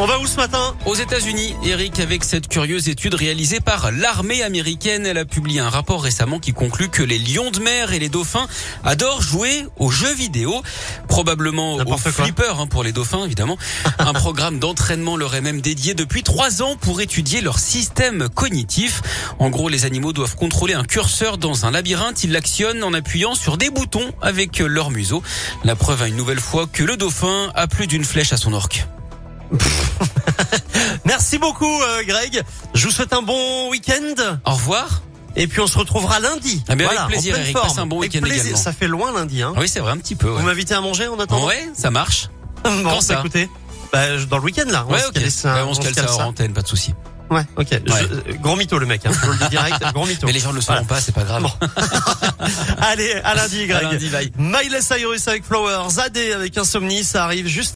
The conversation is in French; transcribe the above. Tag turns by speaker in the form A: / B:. A: On va où ce matin
B: Aux États-Unis, Eric, avec cette curieuse étude réalisée par l'armée américaine, elle a publié un rapport récemment qui conclut que les lions de mer et les dauphins adorent jouer aux jeux vidéo, probablement aux
A: N'importe quoi.
B: flippers hein, pour les dauphins évidemment. un programme d'entraînement leur est même dédié depuis trois ans pour étudier leur système cognitif. En gros, les animaux doivent contrôler un curseur dans un labyrinthe. Ils l'actionnent en appuyant sur des boutons avec leur museau. La preuve à une nouvelle fois que le dauphin a plus d'une flèche à son orque.
A: Merci beaucoup euh, Greg. Je vous souhaite un bon week-end.
B: Au revoir.
A: Et puis on se retrouvera lundi.
B: Ah, mais avec
A: Voilà,
B: plaisir,
A: en pleine
B: Eric.
A: forme.
B: Passe un bon
A: Avec
B: week-end
A: plaisir.
B: également.
A: Ça fait loin lundi. Hein.
B: Ah Oui, c'est vrai, un petit peu.
A: Vous
B: Ouais,
A: m'invitez à manger en attendant
B: Ouais, ça marche.
A: Bon,
B: Quand ça
A: écoutez, bah, je- dans le week-end là. On
B: Ouais,
A: va se
B: ok.
A: caler ça,
B: Ouais, on se cale ça hors antenne, pas de souci.
A: Ouais, ok. Je-
B: Ouais.
A: euh, grand mytho le mec. Hein. Je vous le dis direct. grand mytho.
B: Mais les gens ne le sauront pas, c'est pas grave.
A: Bon. Allez, à lundi Greg.
B: À lundi, bye.
A: Miley Cyrus avec Flowers, AD avec Insomnie, ça arrive juste.